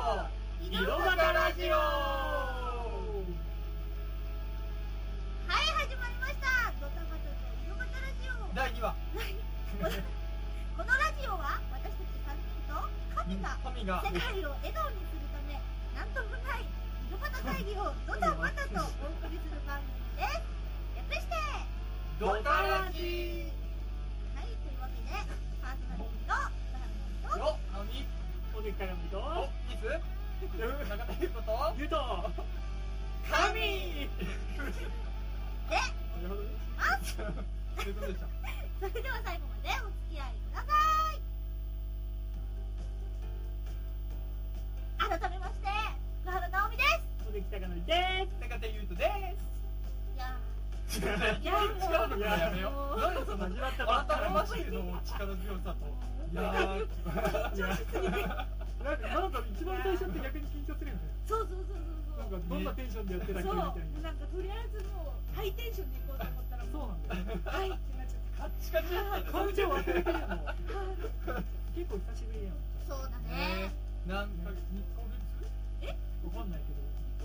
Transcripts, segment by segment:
はい始井戸端ラジオまりましたドタバタと井戸端ラジオ 第2話このラジオは私たち3人と神が神が世界を笑顔にするためなんともない井戸端会議をドタバタとお送りする番組です略してはドタラいジというわけでパーソナリティの田辺よとよあみ、おでっからみと、おいつ中田ゆうことゆと。な神でるほどね。ますということでしたそれでは最後までお付き合いください改めまして福原直美ですおできたかなりで中田ゆうとでいやす違う違やうのやめよう何その始まったばっかり改めましての力強さといやーす。いやなんか、なんか一番最初って逆に緊張するよね。そうそうそうなんそうか、どんなテンションでやってたっそう。けそう、みたいな。なんかとりあえずもうハイテンションでいこうと思ったら、そうもなんだよ。うはいってなっちゃっカッチカチだったんだ感情忘れてるやんもう。結構久しぶりやん。そうだねねなんか2ヶ月わかんないけど。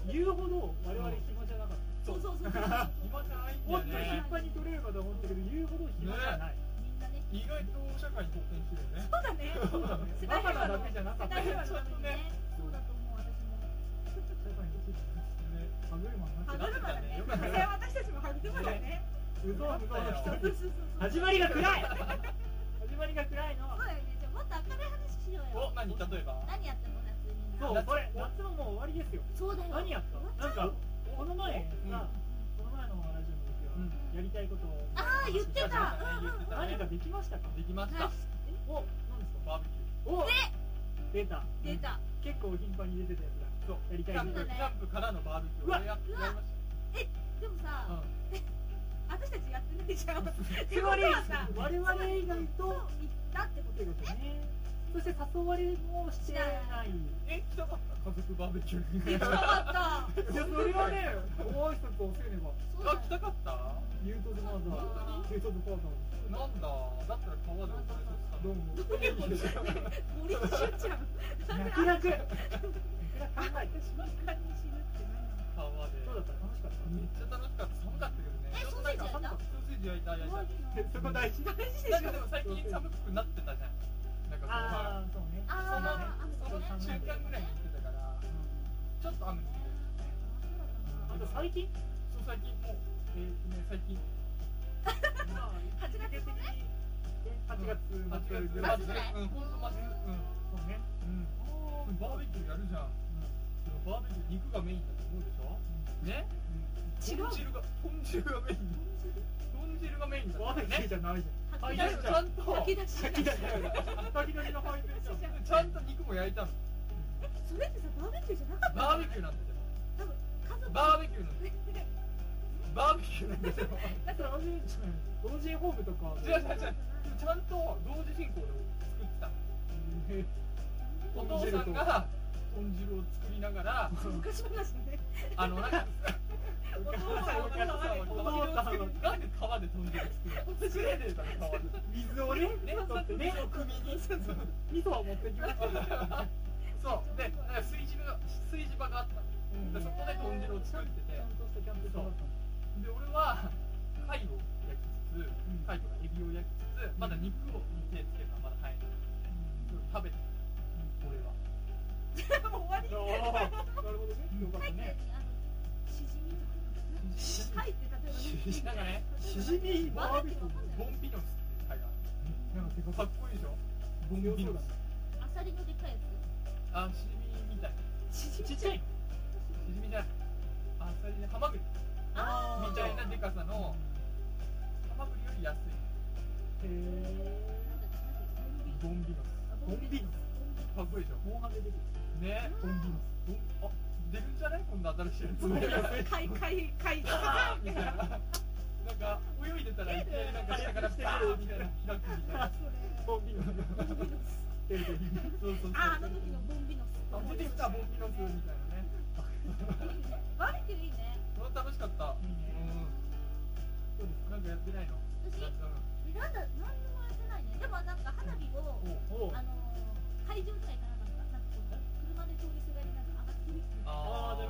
言うほど、我々暇じゃなかった。た。そうそうそうそう。暇じゃないんだよもっと頻ね繁に取れるかと思ったけど、言うほど暇じゃない。みんなね。意外と社会に貢献してるよねそうだね。そうだね。世バ代平和カなだのけじゃなか世っ代た。平和のためにね。そそううだだと思う私も。社会についてね。歯車になっ歯て車ただね。それは私たちも歯車だね。うぞうぞのそうそうそうそ一人う。始まりが暗い始まりが暗いのそうだよねじゃあもっと明るい話しようよお何例えば何やっても夏みんなそうこれ夏のもう終わりですよそうだよ何やったなんかこの前さ、この前のラジオの時は、うんやりたいことをああ言ってたうんうん何かでできましたかきましたお何ですバかーベキお出た出た。結構頻繁に出てたやつそだうやューりたいキャンこそうだねプキャンとプからのバーベキューうわ俺やってやりましでもたさ、う私たちやってないじゃん。ってつことまはりさ、我々以外とそう行ったってことってよね。ことねそして誘われも してないんえ来たかった家族バーベキュー行きにたかった。いやそれはねご挨拶をせねばそうだあよ来たかったユートズマザ本ーユートズファーザーなんだだったら川でどうもも。森にしゅうちゃん。泣く泣く。あ私も簡単に死ぬって何なの。川でそうだった楽しかっめっちゃ楽しかった寒かったけどねえソーセージ焼いたソーセージ焼いた焼いた。そこ大事。たなんかでも最近寒くなってたじゃんなんかああ、そうね。ああそのその中間ぐらいに行ってたからちょっと雨降ってたよねあと最近。そう最近もうえーね最近八月まあ、的に。え、八月末8ぐらい。月ぐらいうんほんとマジうんそうね。うん、バーベキューやるじゃん、でもバーベキュー肉がメインだと思うでしょ、違ね、う豚汁が豚汁がメイン豚汁がメインだバーベキューじゃないじゃん。いやちゃんと吐き出し先だ。先だけの配分じゃん。ちゃんと肉も焼いたのそれってさバーベキューじゃなかったバーベキューなんだよ多分家族バーベキューなんだよバーベキューなんだよだから、老人ホームとか。違う違う違うちゃんと同時進行で作ってたのお父さんが豚汁を作りながら昔話ねあのなんかおお母父ささんん、お母さん、お母さん、お母さんなんで川で豚汁作るの作れねえだろ川で水をね、ね、取って目ね、を首に味噌は持ってきました。そうでだから炊事場が炊事場があったのでそこで豚汁を作っててちゃんとしたキャンプ場だったので俺は貝を焼きつつ貝とかエビを焼きつつまだ肉をに手つけたらまだ入らない食べて俺はもう終わりうんあーなるほどね。よかったね。しじみとか入って例えばねなんかねしじみバーベキュー。ボンピノスっていう貝があなんか手るがかっかっこいいでしょこよそうだね。アサリのでっかいやあシジミみたいしちじっみちゃいの。シジミじゃないあそれでハマグリあみたいなでかさのへハマグリより安いつなんえ。だっけなんだっボンビノスけボンビボンビかっこいいでしょモンハンでできる。ねボンビノス。おあ出るんじゃないこんな新しいやつかいかいかいあーみたいななんか泳いでたらいきなりなんか下からバーンみたいな開くみたいなボンビノス。出る出るそうそうそうああの時のボンビノスあ出てきたボンビノスみたいなねバーベキューいいねそれは楽しかったいいねそうですうんなんかやってないの私えなんだ何にもやってないねでもなんか花火をうんおおあのー会場とか行かなかったなんかこう車で通りすがりなんか上がって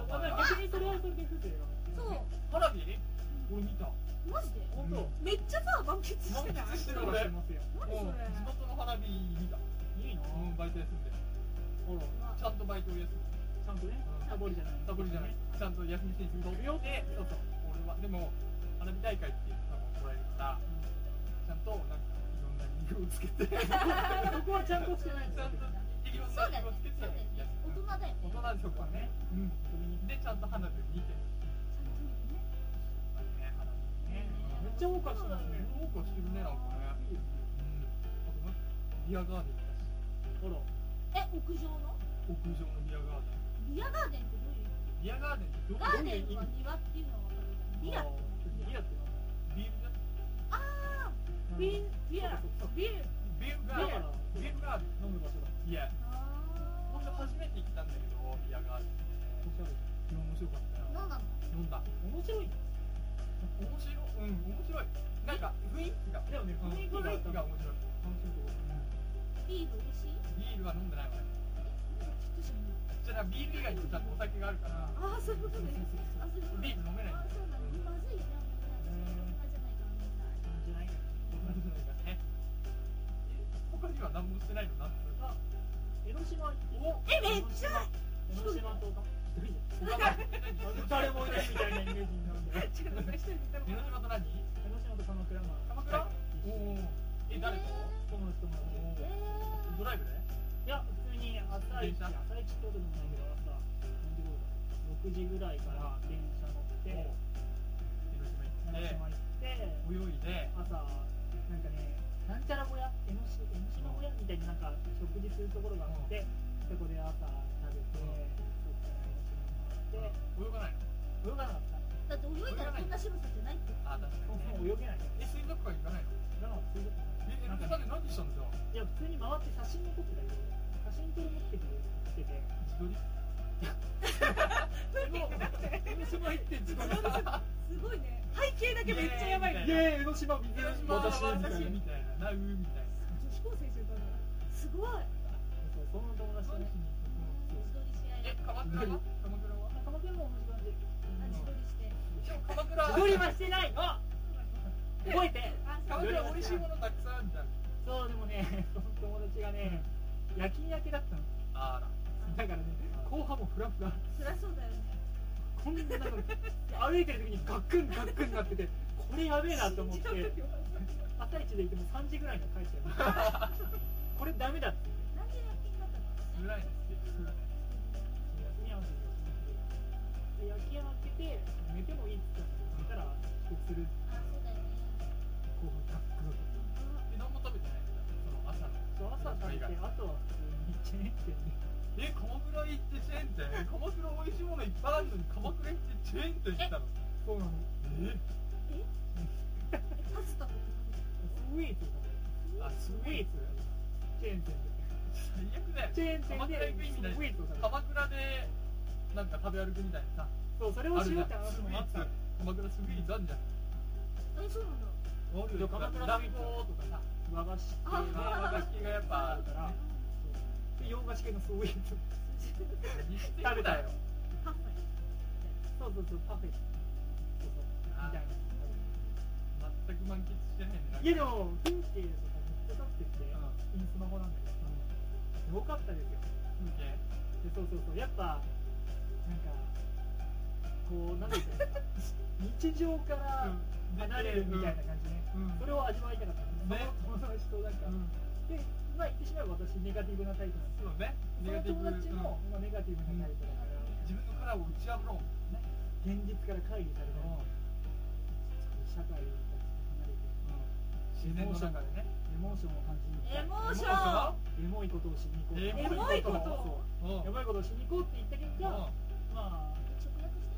そうめっちゃさ、満喫してない満喫してる何俺してますよそれうん地元の花火見たいいなうんバイト休んでほらちゃんとバイトを休んでちゃんとねサボりじゃないサボりじゃないちゃんと休み先週飛びよってそうそう俺はでも花火大会っていうのももらえるからちゃんとなんかいろんな理由をつけてちそこはちゃんとしてないんゃだんといろんな理由をつけてやって大人だよね大人でしょこはねうんでちゃんと花火を見てあれね花火ねめっちゃ多かった多もんねくしてるねなんかねいいようんあとなんかビアガーデンだしほらえ屋上の屋上のビアガーデンビアガーデンってどういうビアガーデンってどガーデンどういう意は味庭っていうのは分かるけどビアってビアってビールじゃんビール、ビア、ビール。ビールガだかーらデンビールガーデ飲む場所だンいやあ僕初めて来たんだけどビアガーデンおしゃれいや面白かったーよ何なの飲んだ面白い面白いうん面白いなんか雰囲気がでもね雰囲気雰囲気がが面白い楽しいとこビール嬉しいビールは飲んでないわねじゃあビール以外にもちゃんとお酒があるからああ、そういうことね。あ、そういうことビーね。ル飲めないんだよいいんじゃないえ他には何もしてないのなんつうか江ノ島おえ、めっちゃ。江ノ島とか一人で誰誰ももいいなないいみみたたいなイメーいなイメージにジにななるるんだよちょっと一人で行江ノっ島と何鎌倉お江ノ島と鎌倉も友おえ誰と達友達ドライブでいや普通に朝電一車朝一ってことでもないけど朝何時頃だ6時ぐらいから電車乗っでて広島江ノ行島っ行ってて泳いで朝なんかねなんちゃら小屋江ノ島江ノ島小屋みたいになんか食事するところがあってそこで朝食べてうんそっから江ノ島行っ泳てがないの泳がなかっただって泳いだらこんな白さじゃないってあ確かもう泳げないえ水族館行かないのだから水族え江ノ島館で何したんじゃいや普通に回って写真も撮ってたけど写真撮る目的で来てて自撮りでも江ノ島行って自分ですごいね。背景だけめっちゃやばい。イエー江ノ島見江ノ島私はみたい私なみたいななうみたいな女子高生じゃん、すごい。そうその友達とね自撮りし合えい鎌倉は鎌倉は鎌倉も同じ感じあ自撮りしてでも鎌倉自撮りはしてないの覚えて鎌倉美味しいものたくさんあるじゃんそうでもねその友達がね夜勤明けだったのあらだからね後半もフラフラそりゃそうだよね。こんなの歩いてる時にガックンガックンなっててこれやべえなと思って朝一で行っても3時ぐらいには帰っちゃうこれダメだってなんで夜勤だったの辛いですね夜勤合わせて夜勤明けて寝てもいいって言ったんだけど寝たら帰国するあそうだよね後半ガックンえ何も食べてないんだその朝のそう朝食べてあとは普通にチェーン店でえ鎌倉行ってチェーン店鎌倉美味しいものいっぱいあるのに鎌倉行ってチェーン店行ったのそうなのええパスタとかスイーツだあねススイーイーツツチェーン店で最悪だよチェーン店でスイーツを食べた鎌倉でなんか食べ歩くみたいなさそうそれあをるしじよゃうんって話もあったの鎌倉スイーツあるじゃんえそうなんだあるよ鎌倉団子とかさ和菓子あ和菓子がやっぱあるから系洋菓子系のスイーツ食食べたよパフェそうそうそうパフェそうそうみたいな全く満喫してないねなんかいやでも風景とかめっちゃ撮ってて、うインスマホなんだけどさすごかったですよ風景でそうそうそうやっぱなんかこうなんていうか日常からうん離れるみたいな感じね、うんそれを味わいたかったんでねその友達となんか、うんでまあ言ってしまえば私ネガティブなタイプなんですよそうねその友達も、まあ、ネガティブなタイプだから、自分の殻を打ち破ろうね現実から乖離されたり社会から離れて自然の中でねエモーションを感じに行エっモーショたンエモいことをしに行こうエモいことうをんエモいことをしに行こうって言った結果、まあ直訳して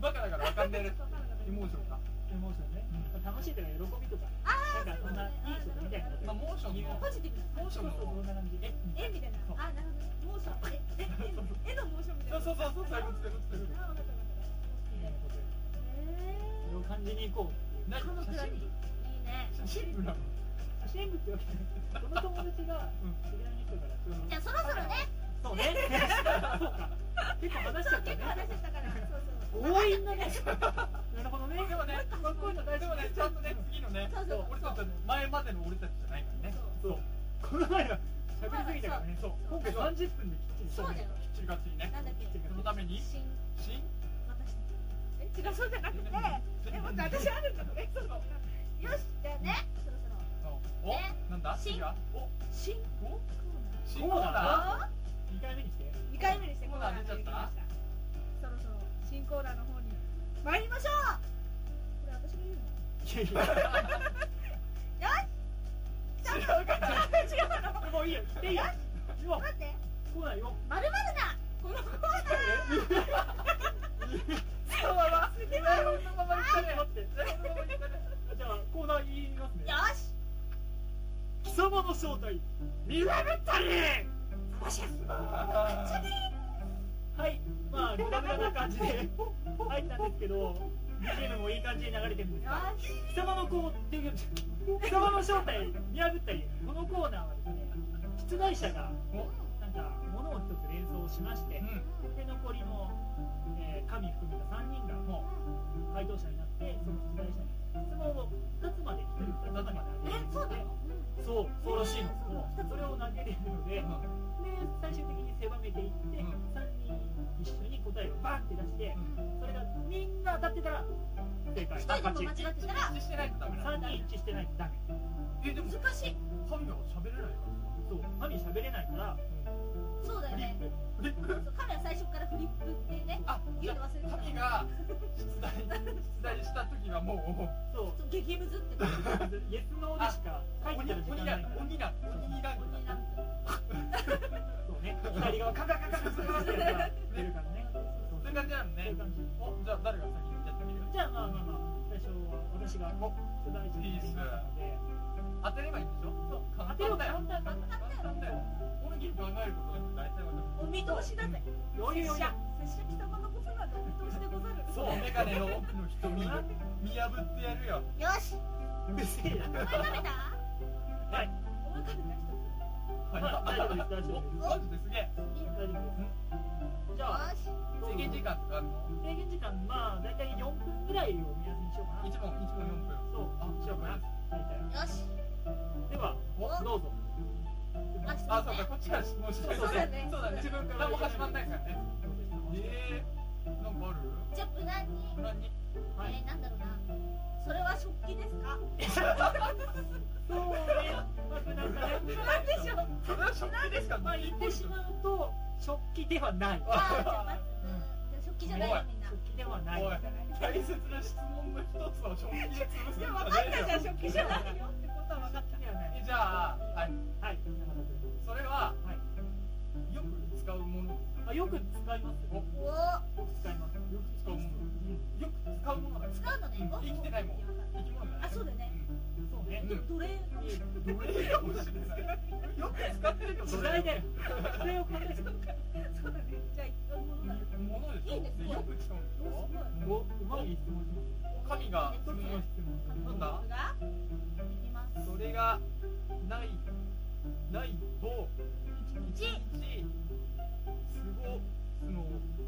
バカだからわかんないですわからなかったエモーションかエモーションね、楽しいとか喜びとか、なんかそんないい人みたいなことまあモーションのポジティブな。モーションのそうそうそんな感じえ絵みたいな。あなるほどモーションええ絵のモーションみたそいうな。そうそうそうそういうことそういうことそういうこあ、わかったわかっそれを感じに行こうっとていう何鎌写倉にいい真ね部写真部なの写真部ってわけじゃないこの友達が知り合いの人からちょうどじゃあそろそろねそうねそうか結構話しちゃった結構ね話してたからそうそう強引なねなるほどねでもね、こういうの大で丈も夫ね、ちゃんとね、次のね、そうそう俺たちの前までの俺たちじゃないからね。そうこの前は喋りすぎたからねそう今回30分できっちりそうだよきっちりがっちりね。なんだっけそのために、新新私え違うそうじゃなくてえ待って私お、あるんだえそうよしじゃあねそろそろねなんだ新次はお、新コーお新ココーーナーナー2回目にナー2回目にししててコーナーに出ちゃっそたろそろ新コーナーの方に参りましょうこれ私が言うのいやいや違うかなもういいよい いよもう待ってコーナーよまるまるなこのコーナーそのまま、レオンのまま行ったね待ってレオンのまま行ったねじゃあコーナー言いますねよし貴様の正体見破ったりはいまあごだごだな感じで入ったんですけど BGM もいい感じに流れてるんですが貴様のこう貴様の正体見破ったりこのコーナーはですね出題者がなんか物を一つ連想しましてうんで残りの、えー神含めた3人がもう回答者になってその出題者に質問を2つまで1人2つまでえあげるそうだよそうそうらしいのそうそれを投げれるので、で最終的に狭めていって、うん3人一緒に答えをバンって出して、それがみんな当たってたら正解一人でも間違ってたら一致してないとダメな3の人一致してないとダメえ、でも、難しい神は喋れないかそう神喋れないからそうだよら。フリッねプ。フリッそプ。う彼は最初からフリップっていうねあ、じ言うゃの忘れてあ、た神が出題、出題した時はもう、そうそう激ムズってなイエスノーでしか書い鬼てたら時間鬼なないんかだら鬼なんだ鬼なんだ鬼なんだそうね左側カカカカカカカってやつが出るからねそうそういう感じなのそういねう感じおじゃあ誰が先にやってみるじゃあまあまあまあ最初は私がお出題者になりましたので当てればいいんでしょそう簡当て単ようだよ簡単簡単簡単だよ俺に考えることなんて大体わかお見通しだぜ余裕拙余者裕拙者貴様のことなんてお見通しでござるるそうメガネの奥の瞳見破ってやるよよしうるせえおな前食べたはい思い浮かべた人はいまあ大丈夫です大丈夫でおすマジですげえ大丈夫ですじゃあよし制限時間とかあるの制限時間まあ大体4分ぐらいを目安にしようかな一問一問四分そうあしようかな大体よしではおあどうそぞうあかこっちから質問してそうだねそうだね自分から何も始まんないからねええなんかあるじゃあ無難に何にはいえーなんだろうなそれは食器ですかなんでそうねまあ無難だねしょうそれは食器ですかまあ言ってしまうと食器ではないあーじゃあまずうんじゃあ食器じゃないよみんな食器ではないおいんじゃな大い切な質問の一つを食器で潰すいこや分かとはなったいよじゃん食器じゃないよってことは分かった食器ではないえじゃあはいはいそれははいよく使うものあよく使いますおよよく使いますよく使うものよく使うものなーんです使うのねうんお生きてないもん生き物じゃないあそうだよねそううねん奴隷奴隷かもしれないよく使ってるよ時代だよ時代を考えてそうだねじゃあ一応物だね物でしょいいですねよく使うんでしょおうまい質問神が一つの質問なんだがいきますそれがないないと一日すごすの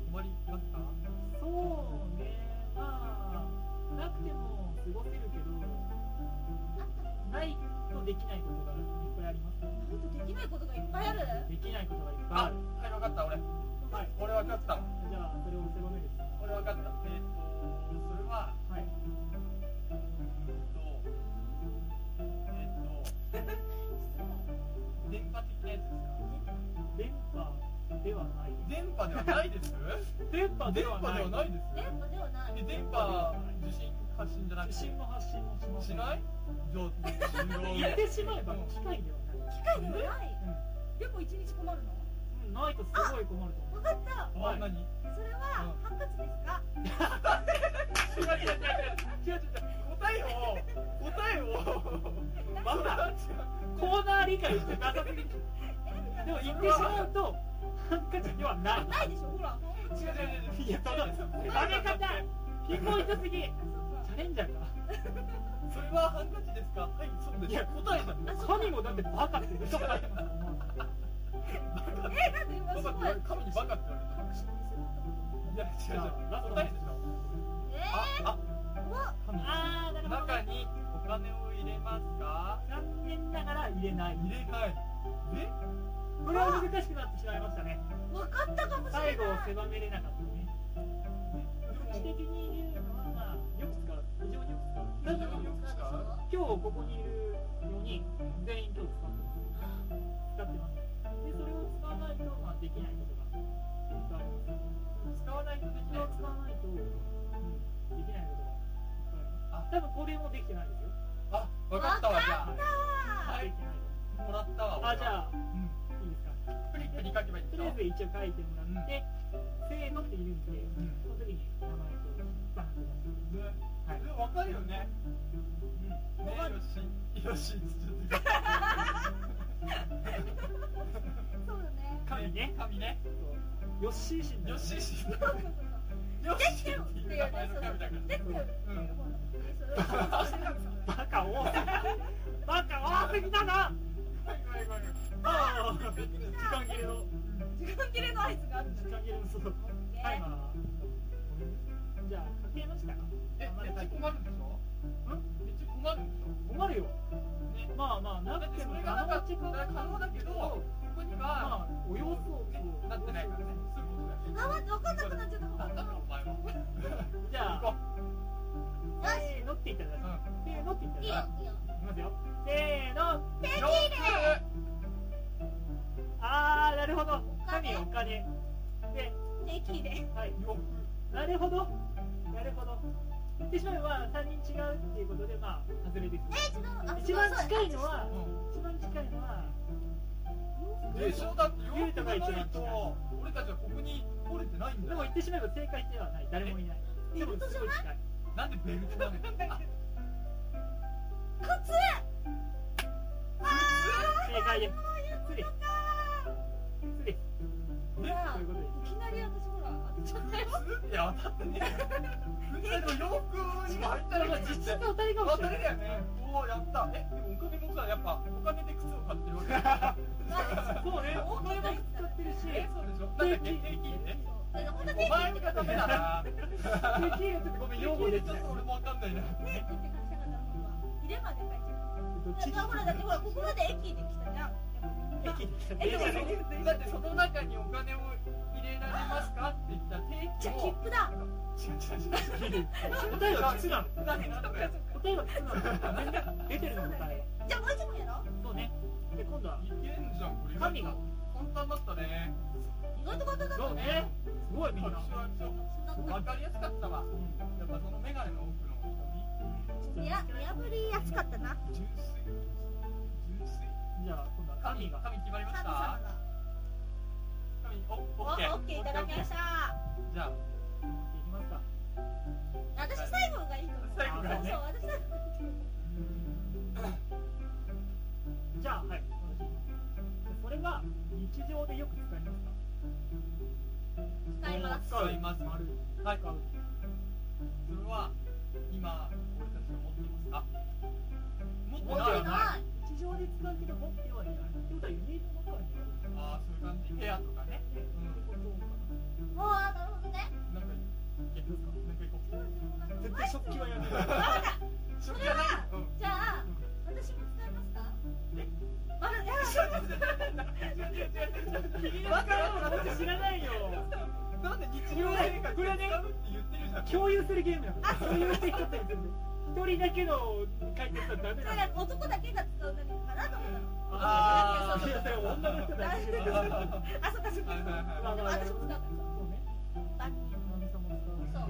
終わりますかそうねまあなくても過ごせるけどないとできないことがいっぱいありますねなんとできないことがいっぱいあるできないことがいっぱいああるはい分かった俺はい俺分かったじゃあそれを狭めです俺分かったえっとそれははいえっと、電波的なやつですか電波ではない電波ではないです電波電では波なでいはないです電波ではないえ電波、受信発信じゃなくて受信も発信もしませしんないじゃあ、信言っ号てしまえば機械ではない機械ではない結構一日困るのうんないとすごい困ると思う分かったあ、何違うそれはハンカチですか違う違う違う違う違う答えを答えをまだコーナー理解してなさすぎるでも言ってしまうとハンカチではないないでしょほら違う違う違う違ういやそのあ投げれ方ピンポイントすぎチそっかャレンジャーかそれはハンカチですかはい、そうです答えじゃん神もだってバカって言ってたからえ、なんで今すバごカいって言われ神にバカって言わ確信するれたいや違う違うラストでしょえああー、怖っ神あー、なるほど中にね。お金を入れますか残念ながら入れない。入れないえこれは難しくなってしまいましたね。わかったかもしれない最後を狭めれなかったね。知的に言うのは、まあ、よく使う。非常によく使う。でもよく使う今日ここにいる4人全員今日使ってます使ってますでそれを使わないと、まあ、できないことが使わないとできないそやれを使わないとできないことがあ多分これもできてないですよあわかったわじゃははいいあもらったわ俺はあじゃうあんいいですかフリップに書けばいいんとでりしあょえず一応書いてもらって、せーのって言うんで、その時に名前とバッグねはいでもわかるよねうんねわかるよしよしちょっとそうだね神ね神ねヨッシー神だよしよしよそうそうそうしっていう名前の神だからできてるうんえそうバカ多すぎだバカ多すぎだなごめんごめんごめんああ時間切れの時間切れの合図があるんだ時ね間切れのそうタイマーはじゃあかけましたかえめっちゃ困るんでしょめっちゃ困るんでしょ困るよねまあまあなだっくててそもれがなかった時間ら可能だけどここにはまあおよそねなってないからねそういうことだよあ、待って、わかんなくなっちゃったなんだろうお前はじゃ行こあせーのって言ったらうせーのって言ったいいらよい、いいよきますよせーのうんよくあーなるほど神お金で定期ではいよなるほどなるほど言ってしまえば3人違うっていうことでまあ外れですえ、違う、あ、一番近いのははくうん一番近いのは でしょだってよくないと俺たちはここに来れてないんだでよも言ってしまえば正解ではない誰もいないえでもすごい近いなんでベルトなのあ靴正解です靴です靴ですほえらということでいきなり私ほら、当てちゃったよ靴いや当たってねえよ靴でも洋服にも入ったらまあ靴っ実質て当たりかも当したりれないだよねおおやったえでもお金もさやっぱお金で靴を買ってるわけだからそうねお金も使ってるしえそうでしょなんだっけ定期ねだからほんと定期お前がダメだなできるとごごめめんん用用語語ででちちょょっっとと俺もわかんないな定期って書きたかったのは入れまで書いちゃうだからちほら、だってほら、ここまで駅で来たじゃんえでもそのだってその中にお金を入れられますかって言ったら定期じゃあ、を切符だ違う違う違う答えは靴なのなんでなんだよ答えは靴なの出てるそのうだ答えねじゃあもう一問やろそうねで今度はいけんじゃんこれ神が簡単だったね意外と簡単だったそうねねすごいみん一緒なそんなわかりやすかったわやっぱそのメガネの奥の見や見破りやすかったな人純粋純粋じゃあ今度は神神が神決まりまし神様たが神おおオッケーオッケーいただきましたじゃあできますか私最後がいいと思う最後がねそう私最後がいいと思うじゃあはいこれは日常でよく使いますか使います使います丸はいそれは今俺たちが持ってますか持って持なっいてない日常で使うけど持ってはいないってことは家の中にあるああそういう感じ部屋とかねねそういうことかなもうなるほどねなんかいけるかなんか行こう絶対食器はやめろそれはうんじゃあ私も使いますかえあらいやわわかかららんわん私知らないよなんで日常生活で使うって言ってるじゃん共有するゲームなの共有していくことにする一人だけの解決はダメそれなのが男だけが使う何かなと思ったのあーいやそれ女の人だけはいはいはあそっかそっかそっかいでも私も使うからそうねバッキーナミさんもそう私も使う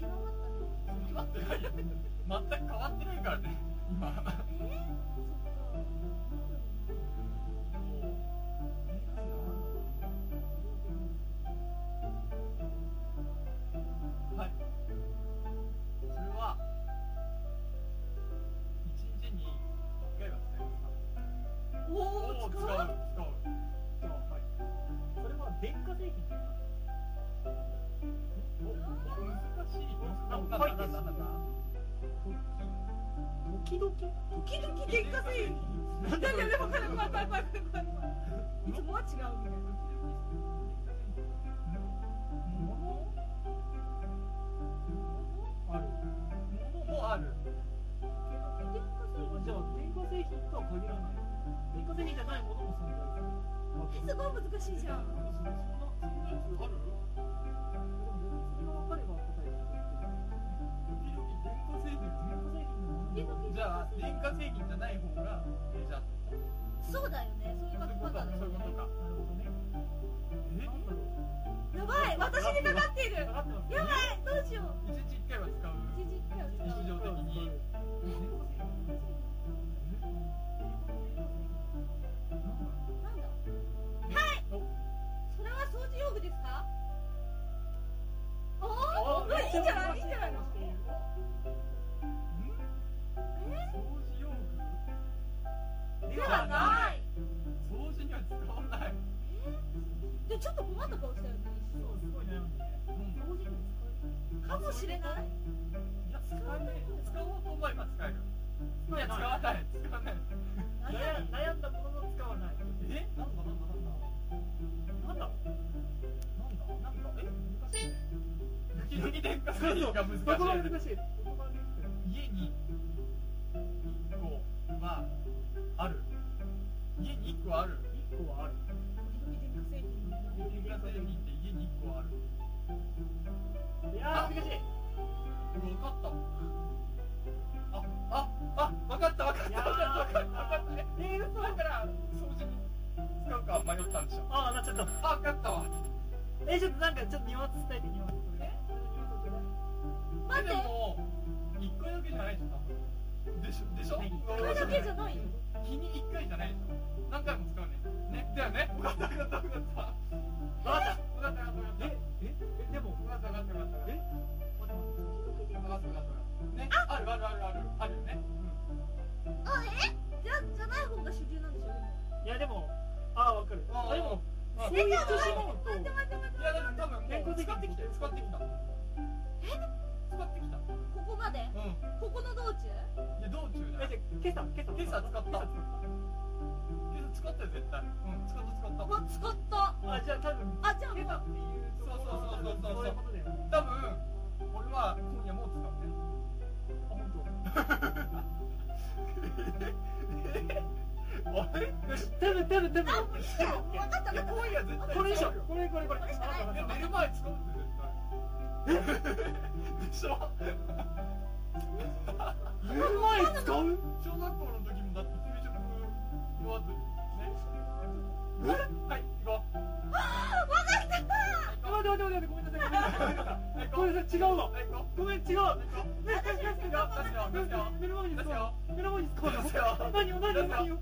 狭まったね決まってないよ全く変わってないからね今えーそっかはいそれは一日に一回は使いますかおおお使ーう使う使う使うはいそれは電化製品おお難しいなんだなんだなんだなんだ時時々時々喧嘩せいなんでだそかれら怖い怖い怖い怖い怖い怖いいつもは違うみたいな物ある物もある電化製品はじゃあ電化製品とは限らない電化製品じゃないものも存在するすごい難しいじゃんそそんなそんなやつあるそれが分かれば答えが時々電化製品電化製品のもの時々じゃあ電化製品じゃない方がメジャーそうだよね。そういうそういうここととかだよそういうことね。かなるほどねえなんだろうやばい私にかかっている分かってますやばいどうしよう一日一回は使う一日一回は使う日常的になんだはいそれは掃除用具ですかおあおーいいんじゃないいいんじゃないの掃除用具ではない掃除には使わないでちょっと困った顔したよねそうすごい悩むね掃除に使えるかもしれないいや使わない使おうと思えば使えるいや使わない使わない何や悩悩んだものの使わないえなんだなんだなんだなんだなんだなんだえ難しいね時々電化製品が難しそこがい難しいそこが難しい家に1個はある家に1個ある一個はある電化製品って家に1個あるいやー難しい分かったあああ分かった分かった分かった分かったええ嘘だから掃除に使うか迷ったんでしょああなっちゃったあ分かったわえちょっとなんかちょっとニュアンス伝えてニュアンスこれニュアン待っスちょうだいてでも1回だけじゃないでしょ多分でしょでしょはいこれだけじゃないよ日に1回じゃないでしょ何回も使うねねだよね分かった分かった分かったわかった分かった分かった分かったえええでも分かった分かった分かったえ待って待って分かった分かったねあるあるあるあるあるよねあ、えじゃ、じゃない方が主流なんでしょいやでもああわかるあーあでもあそういう女子えもと待って待って待っていやだから多分もう使ってきたよ使ってきた使ってきたここまでうんここの道中いや道中じゃないえじゃあ今朝今朝今朝使った今朝けど使ったよ絶対うん使った使ったうわ、使ったあじゃあ多分あ、じゃあも今う朝っていうとそうそうそうそうそうころはそういうことだよね多分俺は今夜もう使うねあ本分かった分あれいや当よし多分多分多分かっ今夜絶対これでしょ使うよこれこれこれこれしかないあいやあ寝る前使うんだよ絶対でしょ寝る前に使う小学校の時もだって給食食わずにねはい行こうあ待って待って待ってごめんなさいごめんなはい行こうんさいごめなさい違うのはい行こごめん違うう出すよ目の前に出使すうよ目の前に使うの出すよ何を何を何を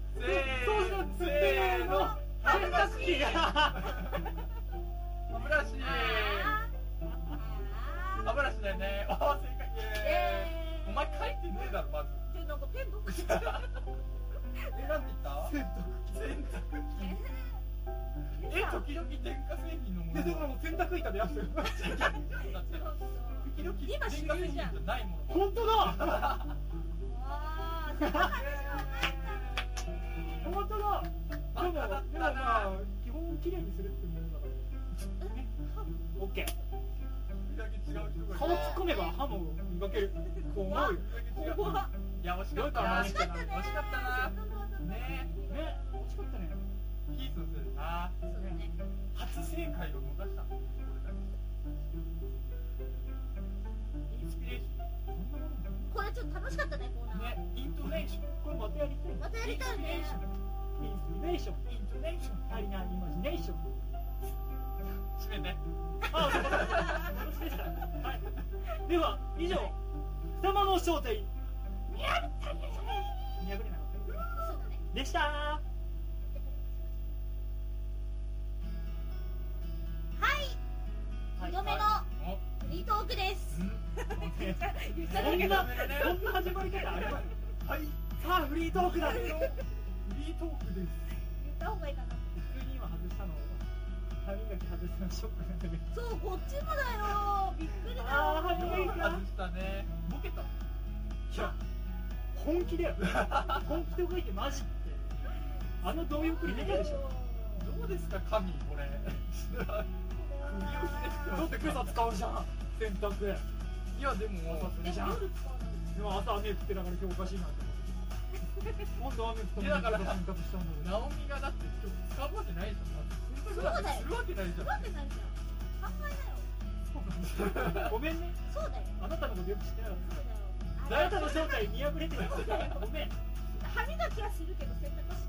せそーのせうしなくてーの歯ブラシ歯ブラシあーあ歯ブラシだよねああ正解ーイエえーイお前書いてねえだろまずーでなんかペンどこ行っえなんて言った洗濯機え時々電化製品のものでだからもう洗濯板でやってるだって時々電今化製主品流じじゃゃんないもの本当だわーすごい本当だでバカだったなもでもまあ基本をきれいにするってものだからねオッケー時々違う人がい顔突るっ込めば歯も磨けるこう思うよ時々違う怖っいや惜しかったよなく惜し惜しかかっったたなねねね惜しかったねえキースのせいだなそうだね初正解を逃したの俺たちインスピレーションそんなものもこれちょっと楽しかったねコーナーねイントネーションこれまたやりたいまたやイりンスたいピレねーションインスピレーイントネーションション足りないイマジネーション締めてあそうだそうだでしたはいでは以上貴様の正体見破れなかったそうだねでしたーはいはい二度目のおフリートークですうん言っちゃっそたけんどなそんな始まり方ありますはいさあフリートークだ普フリートークです言った方がいいかな通に今外したの歯磨き外したのショックなんだけそどうこっちもだよびっくりだよあー歯磨き外したねボケたいや本気だよ本気と書いてマジってあの動揺くりできるでしょどうですか神こ れ首をひねってだって今朝使うじゃん洗濯いやでも朝するじゃんでも朝雨降ってだから今日おかしいなって思ってなんで雨降ったのいにやだから洗濯したんだろナオミがだって今日使うわけないじゃんそうだだってよするわけないじゃんわけないじゃん考えなようなごめんねそうだよあなたのことよく知ってなかっそうだたよあなたの正体見破れてるごめん歯磨きはするけど洗濯はし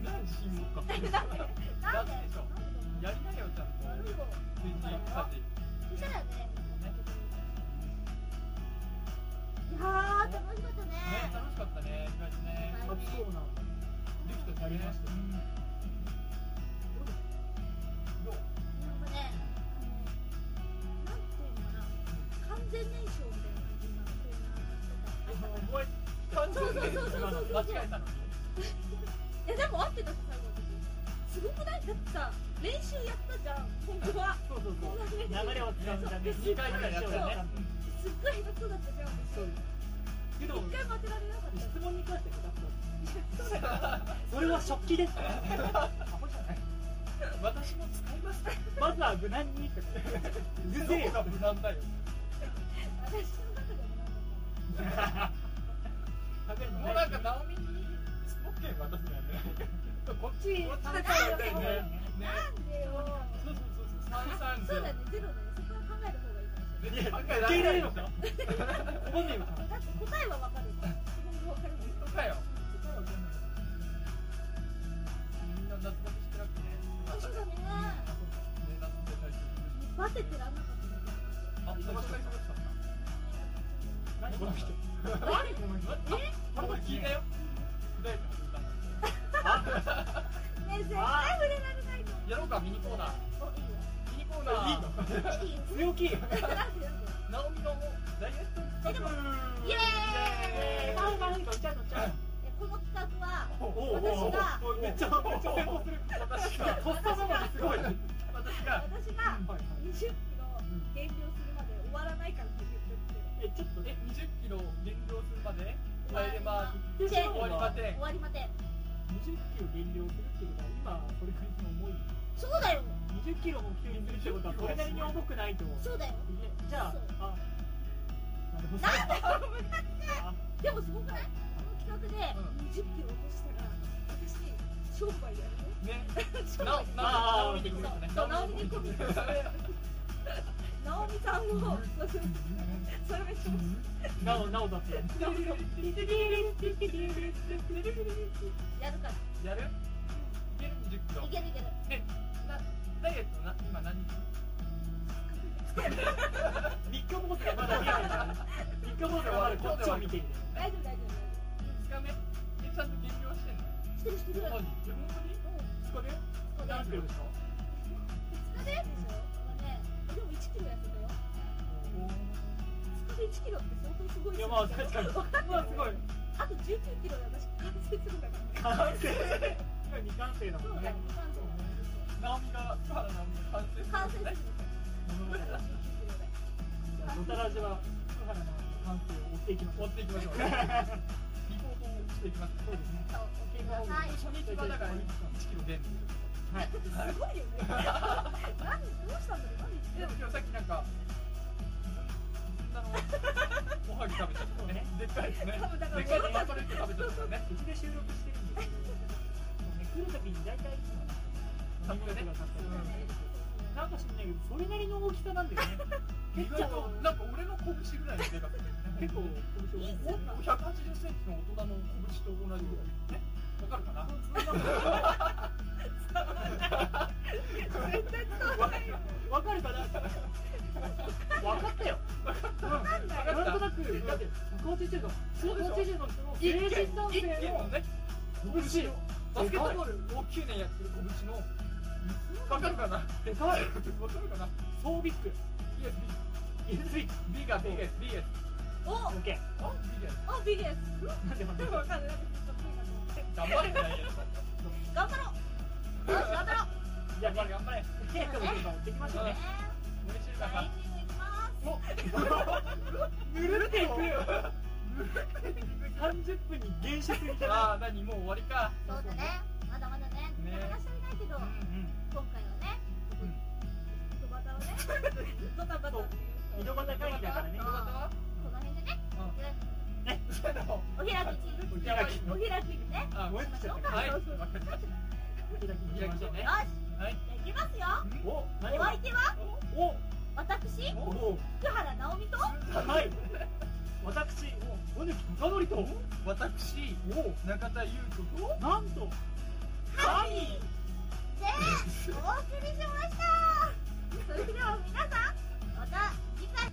ない何しんどっかなんでなんでだってでしょやりなよちゃんと悪いよ全然家事そしたらねねいやー楽しかったねね楽しかったね意外とね初コーナーできたやりましたたねどうなんかねあのなんていうのかな完全燃焼みたいな感じのコーナーがしてた覚えそうそうそうそうそう間違えたのにえでも合ってた最後の時すごくないだってさ練習やったじゃん本当はそうそうそう流れをつかむために2回ぐらいやったよねすっごい下手くそだったじゃんそうけど一回も当てられなかった質問に関してはそれは食器です 私も使いましたまずは無難にってどうぜえこが無難だよ私の中でもなんかもうなんかナオミにスポッケン渡すのやめないこっちこっちで買うんだよねねなんでよそうそうそうそう三三そうゼロだねゼロだねそこは考える方がいいかもしれない絶対考いや受け入れるのか思んねえよだって答えはわかるから質問がわかるもん本当かよそうだねみんな納得してなくてねね納得してないしバテてらんなかったねあおばちゃんいました何この人何この人あこれ聞いたよでね絶対触れあられないのやろうかミニコーナーおいいよミニコーナーいいのいいよ強気なんでなんでナオミのダイエットえでもイエーイパンパンとちゃんとちゃんえこの企画はおおお私がめっちゃめっちゃ成功する私いやがコストママすごいはい私が私がはい20キロ減量するまで終わらないからって言ってるえちょっとえね20キロ減量するまで帰れまで終終わりませ終んわりまで20キロ減量するっていうことは今これくらいの重いそうだよ20キロ目標にするってことはこれなりに重くないとそうだよじゃああなるほどあでもすごくないこの企画でう20キロ落としたら私商売やるよね商な売なおみにねそうナオミにコミットナオミさんをそれめっちゃ面白いなおなおだってやるからやるいける20キロいけるいけるなダイエットな今何日三日坊主がまだ見えない三日坊主がまだこっちを見ている大丈夫大丈夫2日目えちゃんと減量してんのしてるしてる本当にえ本当にこれそうだよ何キロですか2日ででしょねえでも1キロ痩せたよ2日で1キロって相当すごいい数や字だよまあ確かにまあすごいあと19キロで私完成するんだからね完成今未完成だそもうんだよね完成ナオミが福原ナオミが完成する完成する19キロでじゃあドタラジは福原の完成を追っていきまし追ょうっていきましょうねリポートをしていきますそうですねそう健康法初日はだから1キロ減はいすごいよね何どうしたんだろう何言ってるでも今日さっきなんかあのおはぎ食べちゃったねでっかいですねでっかいストレート食べちゃった ねうちで収録してるんですけど、もうね、来る時に大体いつもね、買ってねが買ってるなんか知んないけど、それなりの大きさなんだよね。意外となんか俺の拳ぐらいのでかくて結構、この180人多いセンチの大人の拳と同じぐらいねわかるかな絶対伝わらないよわかるかなわかったよ。なんだよわかなったんとなく、だって、高知中の、そうでしょ高知中の一軒成人男一性軒ののね拳をバスケットボールを9年やってる拳のわかるかなわかでかい、るかなソービック、 BS イズビック、 B が BS BS おオッケー。ああ BS ビゲスなんで、までもわかんないなんかちょっといいなと思って頑張れないや頑張ろうよし頑張ろうじゃ頑張れあ、頑張れ稽古の時はできましょうね。無理してるライジングいきますおぬるっていくよ。ぬ30分に減少すぎたあなあ何もう終わりかそうだねまだまだねね話し足りないけど、うん今回はねドバタをねドタバタっていう井戸端会議だからねどうだこの辺でねったうんお開きにお開きお開きにねあごあ燃めんえ尽きちゃったはいわかりました開きに行開ききましょだねうよはしいじゃあ行きますよお何おが相手はお私おお福原直美とはい私おぬき貴則と私お中田優子となんとハニーでお送りしましたそれでは皆さんまた次回